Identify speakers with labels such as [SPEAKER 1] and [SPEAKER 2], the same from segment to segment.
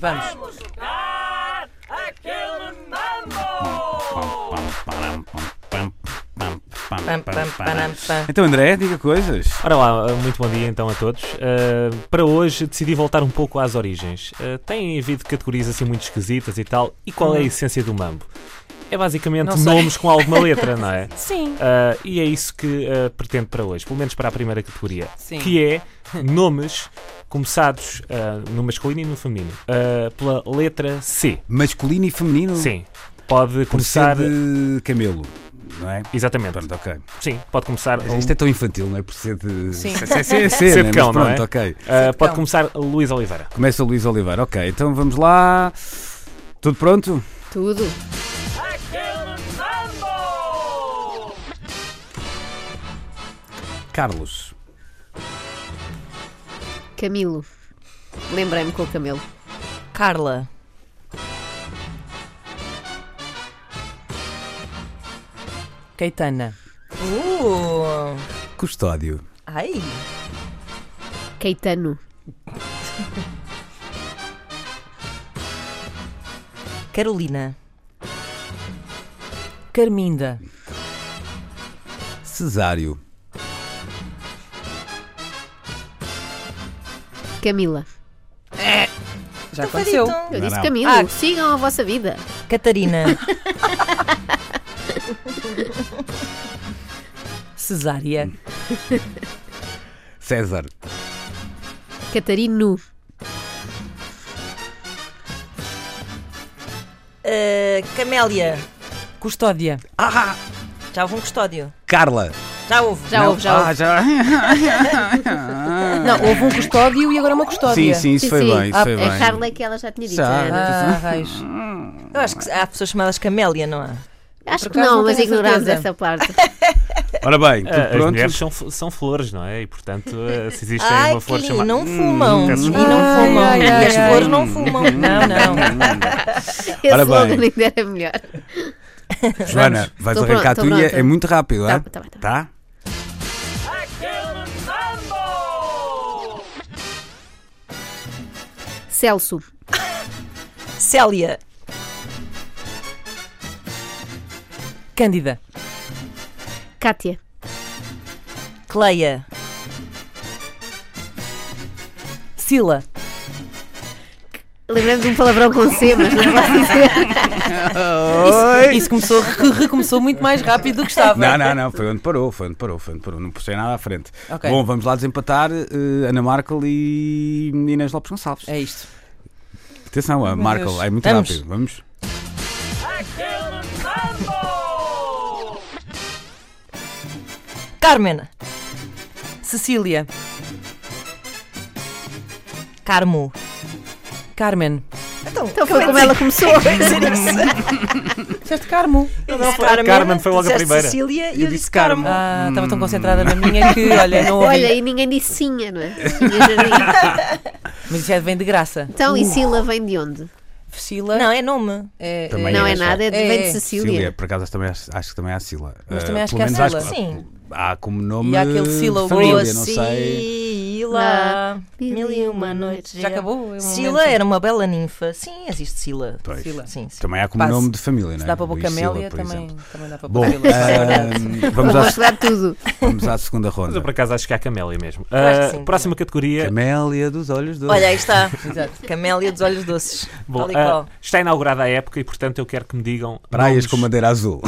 [SPEAKER 1] Vamos.
[SPEAKER 2] Vamos jogar aquele mambo!
[SPEAKER 1] Pam, pam, panam, pam.
[SPEAKER 3] Então, André, diga coisas.
[SPEAKER 4] Ora lá, muito bom dia então a todos. Uh, para hoje decidi voltar um pouco às origens. Uh, tem havido categorias assim muito esquisitas e tal. E qual é a essência do mambo? É basicamente
[SPEAKER 1] Uhum. Não sei.
[SPEAKER 4] nomes com alguma letra, não é?
[SPEAKER 1] Sim.
[SPEAKER 4] Uh, e é isso que uh, pretendo para hoje, pelo menos para a primeira categoria,
[SPEAKER 1] Sim.
[SPEAKER 4] que é nomes começados uh, no masculino e no feminino uh, pela letra C.
[SPEAKER 3] Masculino e feminino?
[SPEAKER 4] Sim, pode
[SPEAKER 3] Por
[SPEAKER 4] começar.
[SPEAKER 3] ser de camelo, não é?
[SPEAKER 4] Exatamente,
[SPEAKER 3] Pronto, ok.
[SPEAKER 4] sim, pode começar. um-
[SPEAKER 3] Isto é tão infantil, não é? Por ser de.
[SPEAKER 1] Sim.
[SPEAKER 3] É ser,
[SPEAKER 4] Ser de
[SPEAKER 3] né?
[SPEAKER 4] cão,
[SPEAKER 3] Mas
[SPEAKER 4] não é?
[SPEAKER 3] pronto, ok.
[SPEAKER 4] Uh,
[SPEAKER 1] Cão.
[SPEAKER 3] Então.
[SPEAKER 4] pode começar Luís Oliveira.
[SPEAKER 3] Começa o Luís Oliveira, ok. Então vamos lá. Tudo pronto?
[SPEAKER 1] Tudo.
[SPEAKER 2] Aquele mambo!
[SPEAKER 3] Carlos.
[SPEAKER 5] Camilo. Lembrei-me com o Camilo.
[SPEAKER 1] Carla. Caetana. Uh!
[SPEAKER 3] Custódio.
[SPEAKER 1] Ai!
[SPEAKER 5] Caetano.
[SPEAKER 1] Carolina. Carminda.
[SPEAKER 3] Cesário.
[SPEAKER 5] Camila.
[SPEAKER 6] Então
[SPEAKER 1] Já aconteceu.
[SPEAKER 5] Eu
[SPEAKER 3] Não,
[SPEAKER 5] disse
[SPEAKER 3] não.
[SPEAKER 5] Camilo.
[SPEAKER 1] Ah.
[SPEAKER 5] Sigam a vossa vida.
[SPEAKER 1] Catarina. Cesária.
[SPEAKER 3] César.
[SPEAKER 5] Catarino.
[SPEAKER 6] Uh, Camélia,
[SPEAKER 1] Custódia.
[SPEAKER 3] Ah!
[SPEAKER 6] já houve um custódio.
[SPEAKER 3] Carla.
[SPEAKER 6] Já houve.
[SPEAKER 5] Já houve, já
[SPEAKER 3] ah,
[SPEAKER 5] houve.
[SPEAKER 3] já.
[SPEAKER 1] Não, houve um custódio e agora uma
[SPEAKER 3] Sim,
[SPEAKER 1] custódia.
[SPEAKER 3] sim, Ah, isso
[SPEAKER 5] Sim,
[SPEAKER 3] foi
[SPEAKER 5] sim.
[SPEAKER 3] bem. Isso
[SPEAKER 1] Ah,
[SPEAKER 3] foi
[SPEAKER 5] A
[SPEAKER 3] bem.
[SPEAKER 5] Carla é que ela já tinha dito. é?
[SPEAKER 3] Já.
[SPEAKER 5] a Ana.
[SPEAKER 1] Ah, raios.
[SPEAKER 6] Eu acho que há pessoas chamadas Camélia, não há?
[SPEAKER 5] Acho
[SPEAKER 1] Por
[SPEAKER 5] que
[SPEAKER 1] acaso
[SPEAKER 5] não,
[SPEAKER 1] não
[SPEAKER 5] mas
[SPEAKER 1] tenho
[SPEAKER 5] ignorámos
[SPEAKER 1] certeza.
[SPEAKER 5] essa parte.
[SPEAKER 3] Ora bem,
[SPEAKER 4] Ah,
[SPEAKER 3] tudo
[SPEAKER 4] as
[SPEAKER 3] pronto?
[SPEAKER 4] mulheres são, fl- são flores, não é? E portanto, ah, se existe
[SPEAKER 6] Ai,
[SPEAKER 4] uma flor
[SPEAKER 6] que
[SPEAKER 4] chamada. Hum,
[SPEAKER 6] não fumam. e
[SPEAKER 4] peço desculpa.
[SPEAKER 6] não
[SPEAKER 1] Ai,
[SPEAKER 6] fumam.
[SPEAKER 1] ai,
[SPEAKER 6] e as
[SPEAKER 1] ai,
[SPEAKER 6] flores
[SPEAKER 1] ai.
[SPEAKER 6] não fumam.
[SPEAKER 1] Não, não.
[SPEAKER 5] Esse
[SPEAKER 3] Ora
[SPEAKER 5] slogan
[SPEAKER 3] bem.
[SPEAKER 5] ainda era melhor.
[SPEAKER 3] Joana, vais
[SPEAKER 5] Tô
[SPEAKER 3] arrancar a
[SPEAKER 5] pronto, tô
[SPEAKER 3] tua
[SPEAKER 5] pronta.
[SPEAKER 3] é muito rápido,
[SPEAKER 5] Tá,
[SPEAKER 3] é?
[SPEAKER 5] tá bem, tá bem.
[SPEAKER 3] Tá?
[SPEAKER 2] Aquele mambo!
[SPEAKER 5] Celso.
[SPEAKER 6] Célia,
[SPEAKER 1] Cândida.
[SPEAKER 5] Cátia.
[SPEAKER 6] Cleia,
[SPEAKER 1] Sila.
[SPEAKER 5] Lembrei-me de um palavrão com C, mas não vai dizer.
[SPEAKER 1] Isso, isso começou, re- recomeçou muito mais rápido do que estava.
[SPEAKER 3] Não, não, não, foi onde parou, foi onde parou, foi onde parou, não puxei nada à frente.
[SPEAKER 1] Ok.
[SPEAKER 3] Bom, vamos lá desempatar eh, Ana Markel e Inês Lopes Gonçalves.
[SPEAKER 1] É isto.
[SPEAKER 3] Atenção, a
[SPEAKER 1] Meu
[SPEAKER 3] Markel,
[SPEAKER 1] Deus.
[SPEAKER 3] é muito
[SPEAKER 1] Vamos.
[SPEAKER 3] rápido, vamos.
[SPEAKER 2] Aquele mambo!
[SPEAKER 6] Carmen,
[SPEAKER 1] Cecília.
[SPEAKER 6] Carmo.
[SPEAKER 1] Carmen.
[SPEAKER 6] Então,
[SPEAKER 5] Então foi como ela começou.
[SPEAKER 1] Disseste Carmo.
[SPEAKER 6] Eu disse
[SPEAKER 4] foi a Carmen, foi logo a
[SPEAKER 6] disseste
[SPEAKER 4] primeira.
[SPEAKER 6] Cecília e
[SPEAKER 3] Eu
[SPEAKER 6] eu,
[SPEAKER 3] disse
[SPEAKER 6] disse Carmo.
[SPEAKER 1] Ah, estava tão concentrada na minha que, olha, não ouvi.
[SPEAKER 5] Olha, e ninguém disse Sinha, não é? Sinha Jardim.
[SPEAKER 1] Mas isso é vem de graça.
[SPEAKER 5] Então, e Sila vem de onde?
[SPEAKER 1] Sila.
[SPEAKER 6] Não, é nome.
[SPEAKER 1] é,
[SPEAKER 3] Também
[SPEAKER 5] Não é
[SPEAKER 3] essa.
[SPEAKER 5] nada, é de- vem
[SPEAKER 1] É.
[SPEAKER 3] Cília,
[SPEAKER 5] de Sicília.
[SPEAKER 3] por acaso também acho, acho que também há Sila.
[SPEAKER 1] Mas
[SPEAKER 3] Eh,
[SPEAKER 1] também acho
[SPEAKER 3] pelo
[SPEAKER 1] que há
[SPEAKER 3] menos
[SPEAKER 1] Sila.
[SPEAKER 3] acho que-
[SPEAKER 6] Sim.
[SPEAKER 3] Há como nome.
[SPEAKER 1] E há aquele sílabo, assim.
[SPEAKER 3] família, não sei.
[SPEAKER 6] Sila, mil e uma noites.
[SPEAKER 1] Já acabou? É
[SPEAKER 5] um
[SPEAKER 1] um Eu não lembro.
[SPEAKER 6] Sila é- era uma bela ninfa. Sim, existe Sila.
[SPEAKER 3] Pois.
[SPEAKER 1] Sila.
[SPEAKER 6] Sim, sim.
[SPEAKER 3] Também há como
[SPEAKER 1] Pá,
[SPEAKER 3] nome de família, não
[SPEAKER 1] Se
[SPEAKER 3] é?
[SPEAKER 1] dá para pôr
[SPEAKER 3] Luís Sila,
[SPEAKER 1] camélia,
[SPEAKER 3] por
[SPEAKER 1] também,
[SPEAKER 3] exemplo.
[SPEAKER 1] também dá para
[SPEAKER 3] Bom,
[SPEAKER 1] pôr camélia.
[SPEAKER 3] eh,
[SPEAKER 5] Eu
[SPEAKER 3] vamos,
[SPEAKER 5] vou
[SPEAKER 3] à,
[SPEAKER 5] estudar tudo.
[SPEAKER 3] vamos à segunda
[SPEAKER 4] Mas eu
[SPEAKER 3] ronda.
[SPEAKER 4] por acaso acho que há Camélia mesmo.
[SPEAKER 6] acho que
[SPEAKER 4] Ah,
[SPEAKER 6] sim,
[SPEAKER 4] próxima categoria.
[SPEAKER 3] Camélia dos olhos dois.
[SPEAKER 6] Olha, aí está.
[SPEAKER 1] Exato.
[SPEAKER 6] Camélia dos olhos doces.
[SPEAKER 4] Bom,
[SPEAKER 6] Tal e
[SPEAKER 4] ah,
[SPEAKER 6] qual.
[SPEAKER 4] está inaugurada a época e portanto eu quero que me digam.
[SPEAKER 3] Praias
[SPEAKER 4] nomes-
[SPEAKER 3] com madeira azul.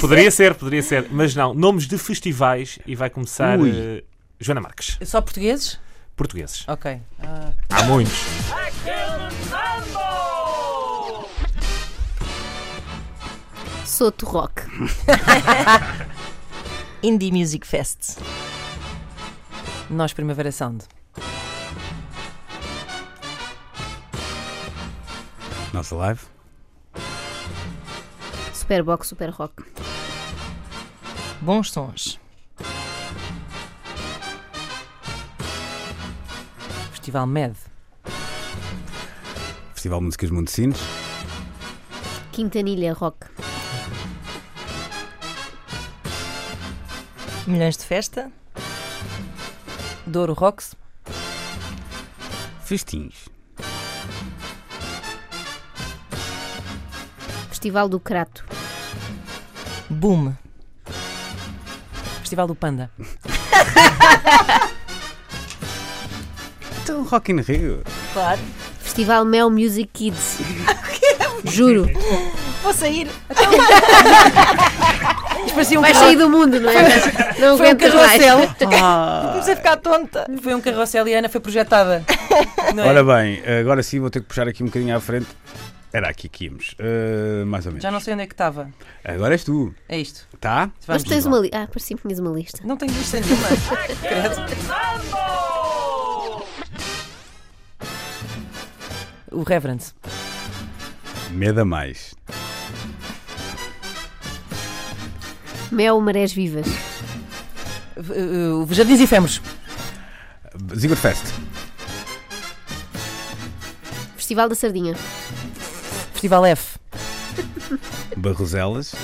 [SPEAKER 4] Poderia ser, poderia ser, mas não. Nomes de festivais e vai começar
[SPEAKER 3] Ui.
[SPEAKER 4] eh, Joana Marques.
[SPEAKER 1] Só portugueses?
[SPEAKER 4] Portugueses.
[SPEAKER 3] Ah,
[SPEAKER 1] Ok.
[SPEAKER 4] Há muitos.
[SPEAKER 2] Aquele mambo!
[SPEAKER 5] Soto Rock.
[SPEAKER 6] Indie Music Fest.
[SPEAKER 1] Nós Primavera Sound.
[SPEAKER 3] Nossa live.
[SPEAKER 5] Superbox, Super Rock.
[SPEAKER 6] Bons sons.
[SPEAKER 1] Festival Med.
[SPEAKER 3] Festival de Músicas Mundocines.
[SPEAKER 5] Quintanilha Rock.
[SPEAKER 6] Milhões de festa.
[SPEAKER 1] Douro Rocks.
[SPEAKER 3] Festins.
[SPEAKER 5] Festival do Crato.
[SPEAKER 6] Boom. Festival do Panda.
[SPEAKER 3] Então, Rock in Rio.
[SPEAKER 6] Claro.
[SPEAKER 5] Festival Mel Music Kids. Juro.
[SPEAKER 6] Vou sair.
[SPEAKER 1] Isto parecia um
[SPEAKER 5] Vai
[SPEAKER 1] carro-
[SPEAKER 5] sair do mundo, não é? Não
[SPEAKER 1] Foi um
[SPEAKER 5] aguentas mais.
[SPEAKER 1] carrossel.
[SPEAKER 6] Comecei a ficar tonta.
[SPEAKER 1] Foi um carrossel e a Ana foi projetada. Não é?
[SPEAKER 3] Ora bem, agora sim vou ter que puxar aqui um bocadinho à frente. Era aqui que íamos, eh, mais ou menos.
[SPEAKER 1] Já não sei onde é que estava.
[SPEAKER 3] Agora és tu,
[SPEAKER 1] É isto.
[SPEAKER 3] tá?
[SPEAKER 5] Mas
[SPEAKER 1] Vamos.
[SPEAKER 5] tu tens uma lista. Ah, parecia que tinhas uma lista.
[SPEAKER 1] Não tenho lista nenhuma.
[SPEAKER 6] O Reverend.
[SPEAKER 3] Medo a mais.
[SPEAKER 5] Mel Marés Vivas.
[SPEAKER 1] Eh,
[SPEAKER 6] Uh, uh, Jardins Efêmeros.
[SPEAKER 3] Zigor Fest.
[SPEAKER 5] Festival da Sardinha.
[SPEAKER 6] Festival F.
[SPEAKER 3] Barroselas.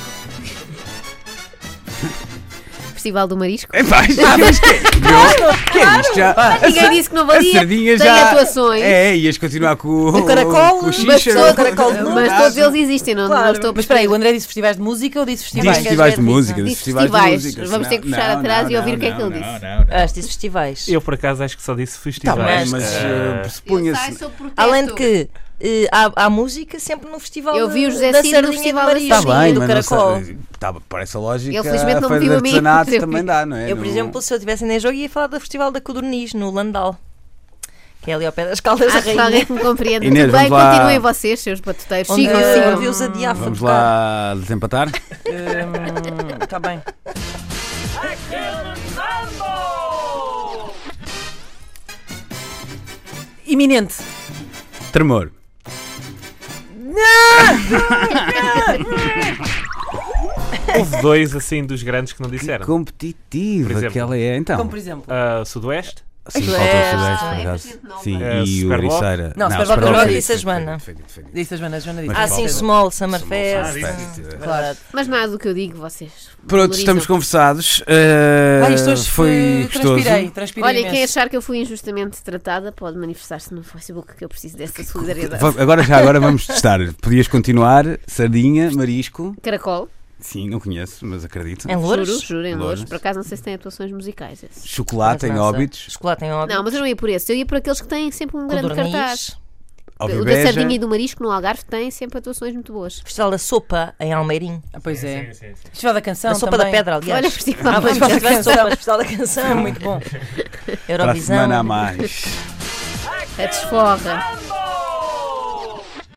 [SPEAKER 5] Festival do Marisco.
[SPEAKER 3] Epá, já mas que, que, que é isto? Já,
[SPEAKER 5] Ninguém disse que não
[SPEAKER 3] a
[SPEAKER 5] valia.
[SPEAKER 3] sardinha
[SPEAKER 5] Tem
[SPEAKER 3] já.
[SPEAKER 5] atuações.
[SPEAKER 3] É, ias continuar com o.
[SPEAKER 6] O caracol,
[SPEAKER 3] com o
[SPEAKER 5] Mas
[SPEAKER 3] xixa.
[SPEAKER 5] todos,
[SPEAKER 6] caracol de
[SPEAKER 5] mas todos eles existem, não, não
[SPEAKER 6] Claro.
[SPEAKER 5] estou a
[SPEAKER 1] Mas espera aí, o
[SPEAKER 5] perceber.
[SPEAKER 1] André disse festivais de música ou disse
[SPEAKER 3] Diz
[SPEAKER 1] festivais?
[SPEAKER 3] festivais de
[SPEAKER 6] Diz
[SPEAKER 3] música.
[SPEAKER 5] diz
[SPEAKER 3] Diz festivais de
[SPEAKER 5] festivais.
[SPEAKER 3] música.
[SPEAKER 5] Vamos ter que puxar atrás e ouvir o que é que ele disse.
[SPEAKER 3] Não, não, não.
[SPEAKER 6] Ah, disse festivais.
[SPEAKER 4] Eu, por acaso, acho que só disse
[SPEAKER 3] Tá bem,
[SPEAKER 4] festivais.
[SPEAKER 3] mas
[SPEAKER 4] Ah,
[SPEAKER 3] eh, supunha-se.
[SPEAKER 6] Além de que eh, há, há música sempre no festival.
[SPEAKER 5] Eu vi o José
[SPEAKER 6] da
[SPEAKER 5] Cid no
[SPEAKER 6] Sardinha
[SPEAKER 5] Festival
[SPEAKER 6] de
[SPEAKER 5] da
[SPEAKER 6] Maria
[SPEAKER 3] Tá
[SPEAKER 5] Sardinha
[SPEAKER 6] e
[SPEAKER 3] bem,
[SPEAKER 6] do
[SPEAKER 3] mas não
[SPEAKER 6] Caracol.
[SPEAKER 3] sei- tá, parece a lógica.
[SPEAKER 5] Ele, felizmente, não
[SPEAKER 3] a feira
[SPEAKER 5] me
[SPEAKER 3] de
[SPEAKER 5] viu a mim.
[SPEAKER 3] artesanato
[SPEAKER 5] Eu-
[SPEAKER 3] também dá, não é?
[SPEAKER 6] Eu, por
[SPEAKER 3] Não-
[SPEAKER 6] exemplo, se eu estivesse ainda em jogo, ia falar do Festival da Codorniz, no Landau. Que é ali ao pé das Caldas da
[SPEAKER 5] Acho que
[SPEAKER 6] Rainha.
[SPEAKER 5] alguém que me compreende.
[SPEAKER 3] Inês,
[SPEAKER 5] Muito bem,
[SPEAKER 3] vamos lá.
[SPEAKER 5] continuem vocês, seus batuteiros.
[SPEAKER 6] Onde,
[SPEAKER 5] Sigam,
[SPEAKER 6] eh,
[SPEAKER 5] sigam.
[SPEAKER 6] onde os Adiafa
[SPEAKER 3] Vamos
[SPEAKER 6] tocar.
[SPEAKER 3] lá desempatar?
[SPEAKER 1] Está Tá bem. Iminente.
[SPEAKER 3] Tremor. eh,
[SPEAKER 4] houve dois, assim, dos grandes que não disseram. Por
[SPEAKER 3] Competitiva
[SPEAKER 4] exemplo.
[SPEAKER 3] que ela é, então.
[SPEAKER 1] Como por exemplo.
[SPEAKER 4] Ah, Sudoeste,
[SPEAKER 3] Sim,
[SPEAKER 1] Isto
[SPEAKER 3] faltou
[SPEAKER 1] é-
[SPEAKER 5] Ah, é
[SPEAKER 3] o
[SPEAKER 5] bastante
[SPEAKER 3] Sudeste, por
[SPEAKER 5] nova.
[SPEAKER 3] acaso. Sim,
[SPEAKER 4] É,
[SPEAKER 3] e o
[SPEAKER 4] Superboc?
[SPEAKER 3] Ericeira. é
[SPEAKER 6] Não, Superboc
[SPEAKER 3] Superboc
[SPEAKER 6] não,
[SPEAKER 3] foi-
[SPEAKER 6] disse a
[SPEAKER 3] foi-
[SPEAKER 6] Joana.
[SPEAKER 3] foi- foi- foi-
[SPEAKER 1] Disse a Joana, a Joana disse.
[SPEAKER 3] Mas
[SPEAKER 6] Ah,
[SPEAKER 3] falta.
[SPEAKER 6] sim, Small, Ah. Summerfest.
[SPEAKER 1] Claro.
[SPEAKER 5] Mas nada do que eu digo, vocês.
[SPEAKER 3] Pronto,
[SPEAKER 5] valorizam.
[SPEAKER 3] estamos conversados. eh,
[SPEAKER 1] Ah, isto hoje
[SPEAKER 3] foi
[SPEAKER 1] eh,
[SPEAKER 3] gostoso.
[SPEAKER 1] Transpirei, transpirei.
[SPEAKER 5] Olha, quem é
[SPEAKER 1] imenso.
[SPEAKER 5] achar que eu fui injustamente tratada pode manifestar-se no Facebook que eu preciso dessa solidariedade.
[SPEAKER 3] Va- Agora já, agora vamos testar. Podias continuar, sardinha, marisco.
[SPEAKER 5] Caracol,
[SPEAKER 3] Sim, não conheço, mas acredito.
[SPEAKER 6] Em
[SPEAKER 5] juro,
[SPEAKER 6] Louros?
[SPEAKER 5] juro, em Louros.
[SPEAKER 3] Louros.
[SPEAKER 5] Por acaso não sei se tem atuações musicais. esses.
[SPEAKER 3] Chocolate em óbitos.
[SPEAKER 6] Chocolate em óbitos.
[SPEAKER 5] Não, mas eu não ia por esse. Eu ia por aqueles que têm sempre um grande
[SPEAKER 6] Codorniz.
[SPEAKER 5] cartaz.
[SPEAKER 3] óbvio
[SPEAKER 5] o da
[SPEAKER 3] beja,
[SPEAKER 5] sardinha e do marisco no Algarve tem sempre atuações muito boas.
[SPEAKER 6] Festival da Sopa em Almeirim.
[SPEAKER 1] Ah, Pois é. Festival da canção.
[SPEAKER 6] Da Sopa da
[SPEAKER 1] também.
[SPEAKER 6] Pedra, aliás.
[SPEAKER 5] Olha, festival
[SPEAKER 1] Ah, pois
[SPEAKER 5] da
[SPEAKER 1] vai.
[SPEAKER 5] Canção.
[SPEAKER 6] Festival da Sopa, Festival da Canção. Muito bom.
[SPEAKER 3] Para a
[SPEAKER 6] Eurovisão.
[SPEAKER 3] semana a mais.
[SPEAKER 5] a desforra.